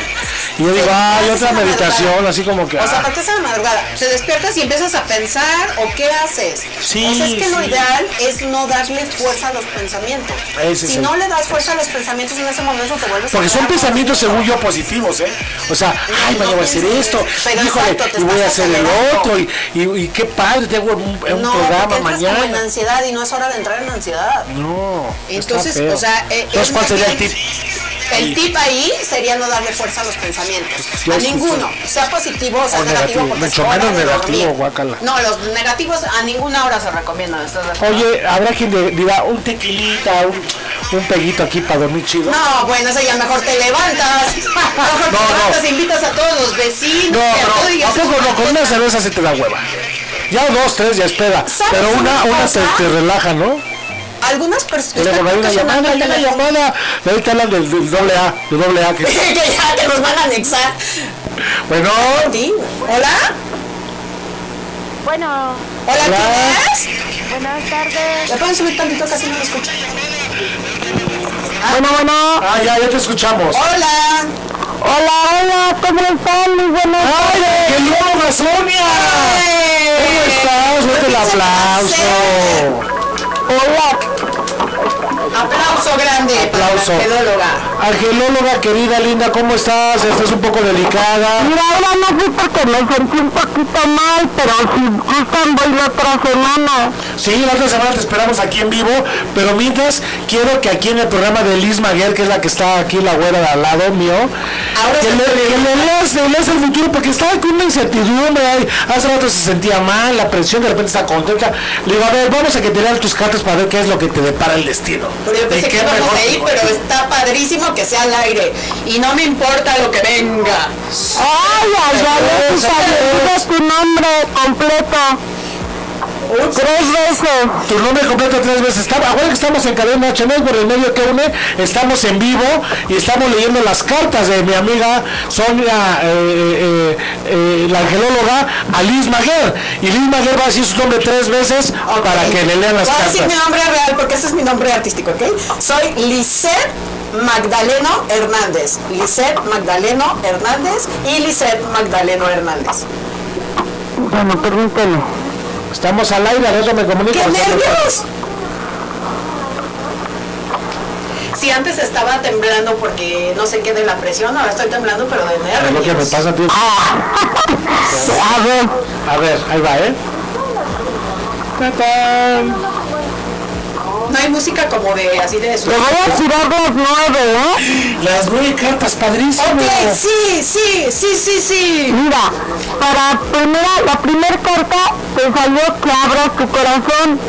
Y yo digo, ay, haces otra en la meditación, madrugada? así como que... O sea, ah. aparte es a la madrugada. Te despiertas y empiezas a pensar o qué haces. Sí, o sea, es que lo sí. ideal es no darle fuerza a los pensamientos. Ese es si el- no le das fuerza a los pensamientos en ese momento te vuelves Porque a son quedar pensamientos, dormido. según yo, positivos, ¿eh? O sea, ay, no mañana voy a hacer pienses esto, eso, pero híjole, exacto, te y voy a estás hacer el acelerando. otro, y, y- y qué padre, tengo un, un no, programa porque entras como en mañana. ansiedad y no es hora de entrar en ansiedad. No. Entonces, o sea, eh, Entonces, es ¿cuál más sería el bien- tip? El tip ahí sería no darle fuerza a los pensamientos. Yo a escucho. ninguno, sea positivo o sea O negativo. negativo, porque mucho es hora menos de negativo, dormir. guácala. No, los negativos a ninguna hora se recomiendan. ¿estás de acuerdo? Oye, habrá quien de- dirá un tequilita, un, un peguito aquí para dormir chido. No, bueno, eso ya mejor te levantas. Mejor No, te no. levantas, invitas a todos los vecinos. No, que a todo y pero a ¿a su poco no? Con mascota. una cerveza se te da hueva. Ya dos, tres, ya espera. ¿Sabes Pero una, una una te, cosa? te relaja, ¿no? Algunas personas. Luego hay una llamada, hay una llamada. Y Ahorita hablan del, del doble A, del doble A. Que... que ya te los van a anexar. Bueno, ¿Sí? ¿Hola? Bueno, ¿Hola, Hola. ¿quién es? buenas tardes. ¿Le pueden subir tantito? Casi no lo escucho. Bueno, bueno. ah, ya, ya te escuchamos. Hola. Hola, hola, ¿cómo están? Muy buenas ¡Ay, qué loca, Sonia! ¿Cómo ¡Eh! estás? Suelta el aplauso. Hola, Aplauso grande Aplauso. para la pedóloga. Angelóloga querida, linda, ¿cómo estás? Estás un poco delicada. Mira, ahora no fui porque me sentí un poquito mal, pero si gustan voy la otra semana. Sí, la otra semana te esperamos aquí en vivo, pero mientras quiero que aquí en el programa de Liz Maguel, que es la que está aquí, la güera de al lado mío, que, le, que le leas, le leas el futuro, porque estaba con una incertidumbre, ay, hace rato se sentía mal, la presión, de repente está contenta. Le digo, a ver, vamos a que te lean tus cartas para ver qué es lo que te depara el destino. Pero yo pensé ¿Y que qué íbamos mejor a ir, que- pero está padrísimo que sea al aire. Y no me importa lo que venga. Ay, ay, ay, ya sabes tu nombre completo. Tres veces. Tu nombre completo tres veces. Estaba, ahora que estamos en cadena Chanel por el medio que une, estamos en vivo y estamos leyendo las cartas de mi amiga Sonia, eh, eh, eh, la angelóloga, a Liz Maguer. Y Liz Maguer va a decir su nombre tres veces para que le lean las Voy a decir mi cartas. nombre real porque ese es mi nombre artístico, ¿ok? Soy Lisette Magdaleno Hernández. Lisette Magdaleno Hernández y Lisette Magdaleno Hernández. Bueno, permíteme. Estamos al aire, al rato me comunico. ¡Qué con Sonia. nervios! Si antes estaba temblando porque no sé qué de la presión, ahora estoy temblando pero de Es lo que me nervios. pasa, tío. A ver, A ver, ahí va, ¿eh? ¡Tatán! No hay música como de así de su... te voy a tirar las nueve, ¿eh? Las nueve cartas, padrísimo. Ok, sí, sí, sí, sí, sí. Mira, para primera, la primera carta te salió que abras tu corazón.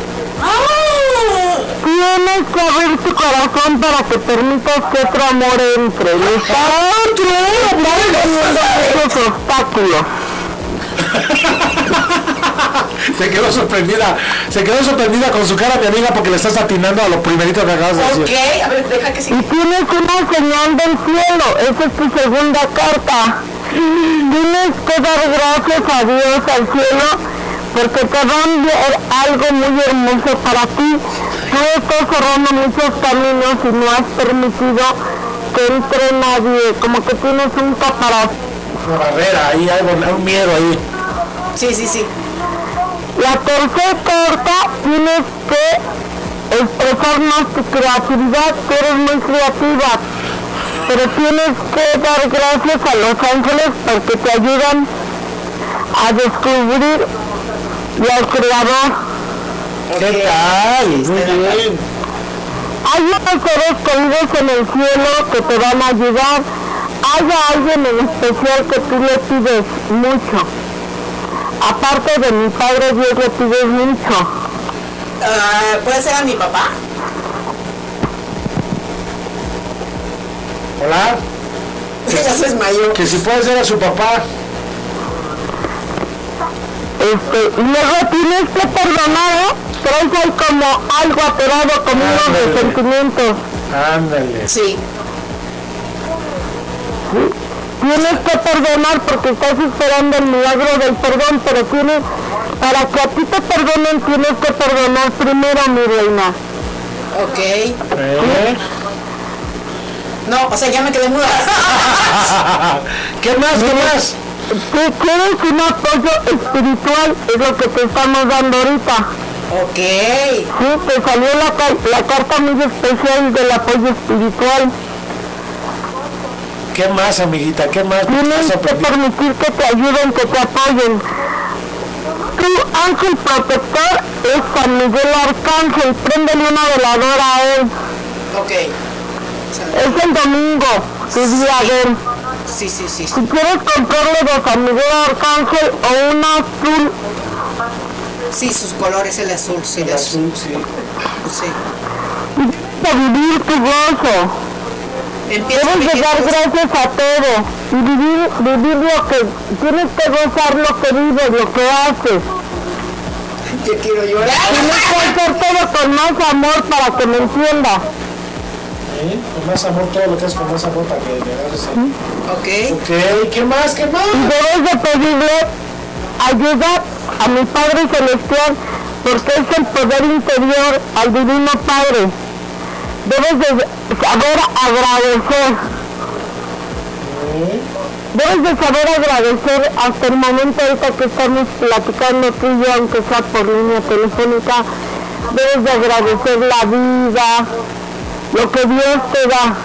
Tienes que abrir tu corazón para que permitas que otro amor entre. Para otro, esos obstáculos. Se quedó sorprendida, se quedó sorprendida con su cara, mi amiga, porque le estás atinando a lo primerito que acabas de decir. Ok, a ver, deja que sí. Y tienes una señal del cielo. Esa es tu segunda carta. Tienes que dar gracias a Dios, al cielo, porque te va a enviar algo muy hermoso para ti. Tú estás cerrando muchos caminos y no has permitido que entre nadie. Como que tienes un caparazón. Una barrera ahí, algo, un miedo ahí. Sí, sí, sí. La tercera carta tienes que expresar más tu creatividad, tú eres muy creativa, pero tienes que dar gracias a los ángeles porque te ayudan a descubrir y al creador. ¿Qué tal? Muy bien. Hay unos seres que viven en el cielo que te van a ayudar. Hay a alguien en especial que tú le pides mucho. Aparte de mi padre, Dios le pides mucho. Ah, ¿Puede ser a mi papá? Hola. Ya se desmayó. Que si puede ser a su papá. Este, y luego tienes que perdonar, ¿eh? Traes ahí como algo atorado, como unos Ándale. resentimientos. Ándale. Sí. Tienes que perdonar porque estás esperando el milagro del perdón, pero tienes, para que a ti te perdonen tienes que perdonar primero, mi reina. Ok. ¿Eh? No, o sea, ya me quedé muda. ¿Qué más? ¿Qué más? Si quieres un apoyo espiritual, es lo que te estamos dando ahorita. ok. Sí, te salió la, car- la carta muy especial del apoyo espiritual. ¿Qué más, amiguita? ¿Qué más? Tienes ¿Estás que aprendiendo? permitir que te ayuden, que te apoyen. Tu ángel protector es San Miguel Arcángel. Préndele una veladora a él. Ok. Eh. Es el domingo, tu día de él. Sí, sí, sí. Si quieres comprarle de San Miguel Arcángel o una azul, Sí, sus colores, el azul, sí, el azul, sí. para vivir tu gozo. Empieza a Debes de dar pedir- gracias a todo y vivir, vivir lo que tienes que gozar lo que vives, lo que haces. Yo quiero llorar. Tienes que hacer todo con más amor para que me entiendas. ¿Eh? Con más amor, todo lo que es con más amor para que le agarres ahí. Ok. Ok, ¿qué más? ¿Qué más? y debes de pedirle ayuda a mi Padre Celestial porque es el poder interior al Divino Padre. Debes de saber agradecer. Debes de saber agradecer hasta el momento ahorita que estamos platicando tú y yo, aunque sea por línea telefónica, debes de agradecer la vida, lo que Dios te da,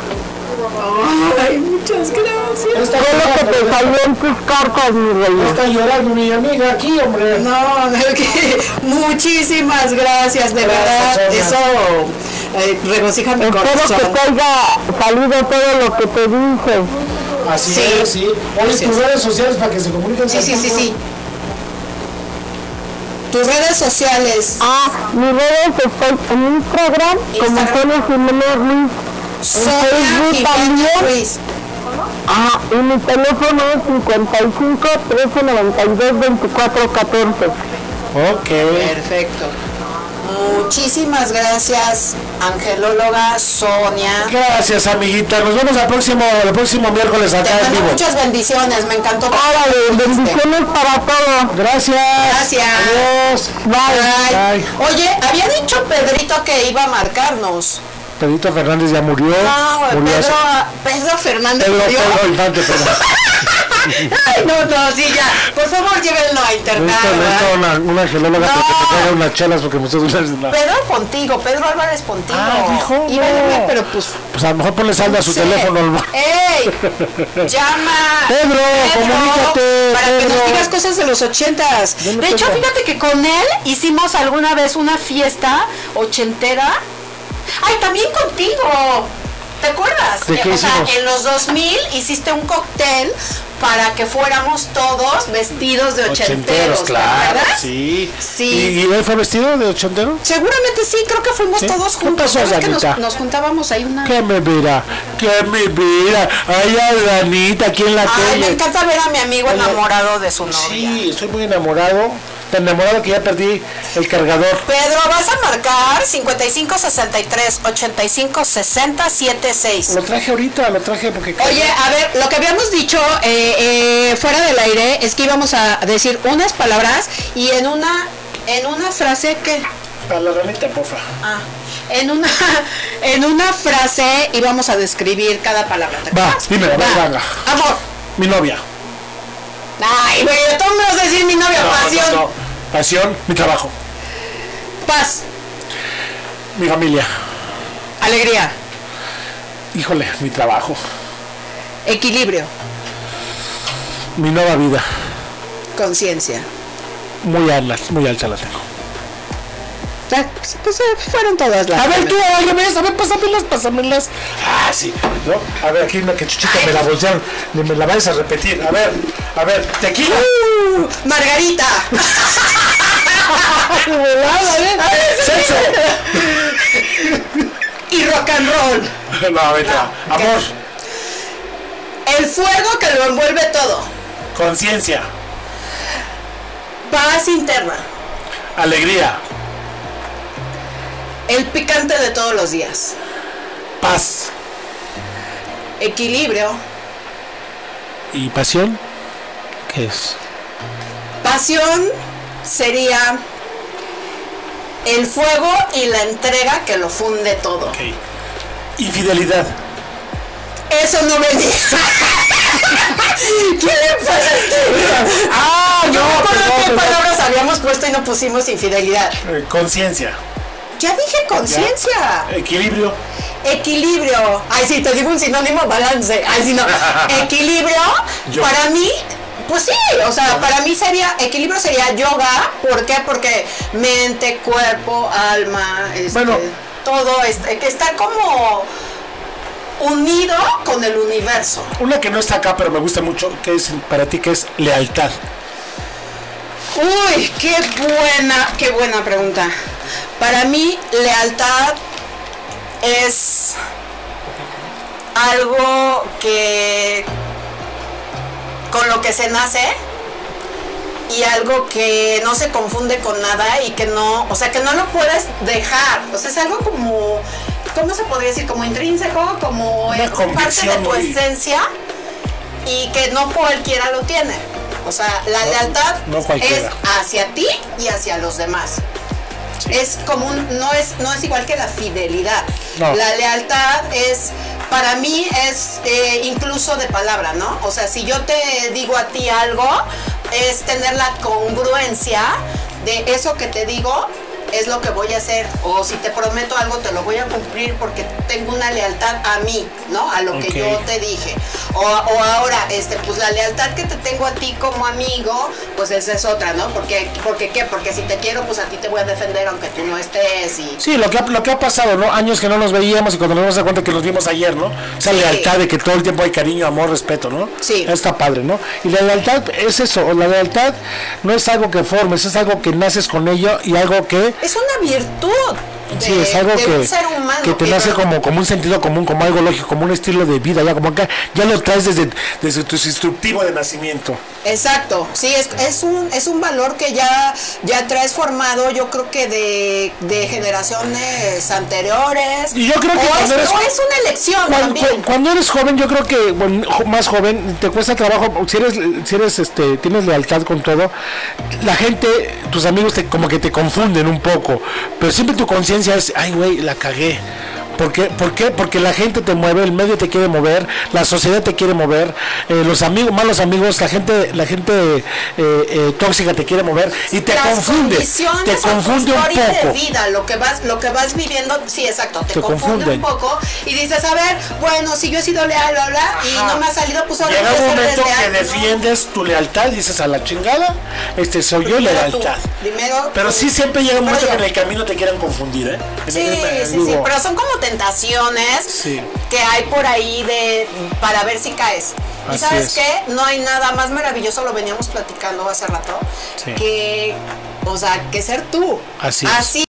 Ay, muchas gracias. Está todo lo que te salió en tus cartas, mi reina. está llorando mi amiga aquí, hombre. No, no, que muchísimas gracias, de verdad. Eso eh, regocija mi Espero que corazón. te haya salido todo lo que te dije. Así Sí. es, sí. Oye, Así tus es. redes sociales para que se comuniquen. Sí, sí, sí, sí. Tus redes sociales. Ah, mis redes están en Instagram, como Instagram. Sonia Jiménez Ruiz. Sonia Facebook Jiménez también. Ruiz. Ah, y mi teléfono es 55 1392 2414. Ok. Perfecto. Muchísimas gracias, angelóloga Sonia. Gracias, amiguita. Nos vemos el próximo, el próximo miércoles Te acá en mando vivo. muchas bendiciones, me encantó. Bendiciones para todos. Gracias. Gracias. Adiós. Bye. Bye. Oye, había dicho Pedrito que iba a marcarnos. Pedrito Fernández ya murió. No, murió hace- Ah, Pedro, Pedro Fernández. Pedro, murió. Pedro Infante, perdón. Ay, no, no, sí, ya. Por favor, llévenlo a internar. Necesito, necesito ¿verdad? una, una geóloga No. para que te traiga unas chelas porque me estoy dulce. Pedro Pontigo, Pedro Álvarez Pontigo. Ah, dijo, Iba a no. llamar, pero pues. Pues a lo mejor ponle salda a su sí. teléfono. ¡Ey! Llama. Pedro, comunícate, Para que Pedro. nos digas cosas de los ochentas. Yo no De hecho, tengo- fíjate que con él hicimos alguna vez una fiesta ochentera. Ay, también contigo. ¿Te acuerdas? ¿De Eh, qué o sea, hicimos? en los 2000 hiciste un cóctel para que fuéramos todos vestidos de ochenteros, ¿te acuerdas? sí. Sí. ¿Y, ¿Y él fue vestido de ochentero? Seguramente sí, creo que fuimos Sí. todos ¿Qué juntos. pasó, ¿Sabes que nos, Janita? nos juntábamos ahí una ¿Qué me verá? ¿Qué me verá? Ay, Adanita, aquí en la Ay, me tele. encanta ver a mi amigo enamorado de su novia. Sí, estoy muy enamorado. Tan enamorado que ya perdí el cargador. Pedro, vas a marcar 55 63 85 60 76. Lo traje ahorita, lo traje porque... Oye, a ver, lo que habíamos dicho eh, eh, fuera del aire es que íbamos a decir unas palabras y en una en una frase que Para la ranita, porfa. ah, en una en una frase íbamos a describir cada palabra. ¿te Va, acuerdas? dime, Va. venga. Amor. Mi novia. Ay, güey, tú me vas a decir mi novia, pasión. No, no, no. Pasión, mi trabajo, Paz, mi familia. alegría, Híjole, mi trabajo, equilibrio, mi nueva vida, conciencia. Muy alta, muy alta la tengo. Ah, Pues, pues, eh, fueron todas las. A ver, tú, óyeme, a ver, pásamelas, pásamelas. Ah, sí, ¿no? A ver, aquí una que chuchita me la voltearon, ni me la vayas a repetir. A ver, a ver, tequila. Uh, Margarita. Sexo. y rock and roll. No, vete, amor, El fuego que lo envuelve todo. conciencia, Paz interna. alegría, El picante de todos los días. paz Equilibrio. y pasión. ¿Qué es? Pasión sería el fuego y la entrega que lo funde todo. Ok. Infidelidad. Eso no me dijo. ¿Qué le pasa a este? Ah, no, me acuerdo perdón, qué perdón. palabras habíamos puesto y no pusimos infidelidad. eh, conciencia, Ya dije conciencia. equilibrio, Equilibrio. Ay, sí, te digo un sinónimo, balance. Ay, sí, no. Equilibrio, Yo. para mí, pues sí, o sea, para mí sería, equilibrio sería yoga. ¿Por qué? Porque mente, cuerpo, alma, este, Bueno. todo, este, que está como unido con el universo. una que no está acá pero me gusta mucho, que es para ti que es lealtad. Uy, qué buena, qué buena pregunta. Para mí, lealtad es algo que con lo que se nace y algo que no se confunde con nada y que no, o sea, que no lo puedes dejar. O sea, es algo como, ¿cómo se podría decir? Como intrínseco, como eh, parte de convicción tu muy- esencia y que no cualquiera lo tiene. O sea, la lealtad no es cualquiera. hacia ti y hacia los demás. Es común, no es, no es igual que la fidelidad. No. La lealtad es, para mí, es eh, incluso de palabra, ¿no? O sea, si yo te digo a ti algo, es tener la congruencia de eso que te digo es lo que voy a hacer. O si te prometo algo, te lo voy a cumplir porque tengo una lealtad a mí, ¿no? A lo Ok. que yo te dije. O, o ahora, este, pues la lealtad que te tengo a ti como amigo, pues esa es otra, ¿no? Porque, porque qué, porque si te quiero, pues a ti te voy a defender aunque tú no estés y Sí, lo que, ha, lo que ha pasado, ¿no? Años que no nos veíamos y cuando nos damos cuenta que nos vimos ayer, ¿no? Esa Sí. lealtad de que todo el tiempo hay cariño, amor, respeto, ¿no? Sí. Está padre, ¿no? Y la lealtad es eso, o la lealtad no es algo que formes, es algo que naces con ello y algo que... es una virtud. De, Sí, es algo de que, un ser humano que te Y nace no- como, como un sentido común, como algo lógico, como un estilo de vida, ya como acá, ya lo traes desde, desde tu instructivo de nacimiento. Exacto, sí, es, es, un, es un valor que ya, ya traes formado, yo creo que de, de generaciones anteriores. Y yo creo que o es, cuando eres- o es una elección Cuando, también. cu- cuando eres joven, yo creo que bueno, jo- más joven te cuesta trabajo. Si eres, si eres, este, tienes lealtad con todo, la gente, tus amigos, te, como que te confunden un poco. Pero siempre tu conciencia es, ay, güey, la cagué. ¿Por qué? ¿Por qué? Porque la gente te mueve, el medio te quiere mover, la sociedad te quiere mover, eh, los amigos, malos amigos, la gente, la gente eh, eh, tóxica te quiere mover y te Las confunde, condiciones te o tu confunde un historia poco. de vida, lo que vas, lo que vas viviendo, sí, exacto, te, Te confunde confunden. un poco y dices, a ver, bueno, si yo he sido leal, bla, bla, y no me ha salido, pues ahora Llega voy a un ser momento que desleal, ¿no? defiendes tu lealtad, dices a la chingada, este soy yo Primero tú, lealtad. primero Pero tú. sí siempre llega un Pero momento que yo. en el camino te quieran confundir, ¿eh? En Sí, el- en el sí, sí, lugar. pero son como tentaciones Sí. que hay por ahí de para ver si caes. y Así sabes es. qué, no hay nada más maravilloso, lo veníamos platicando hace rato, Sí. que, o sea, que ser tú. Así es. Así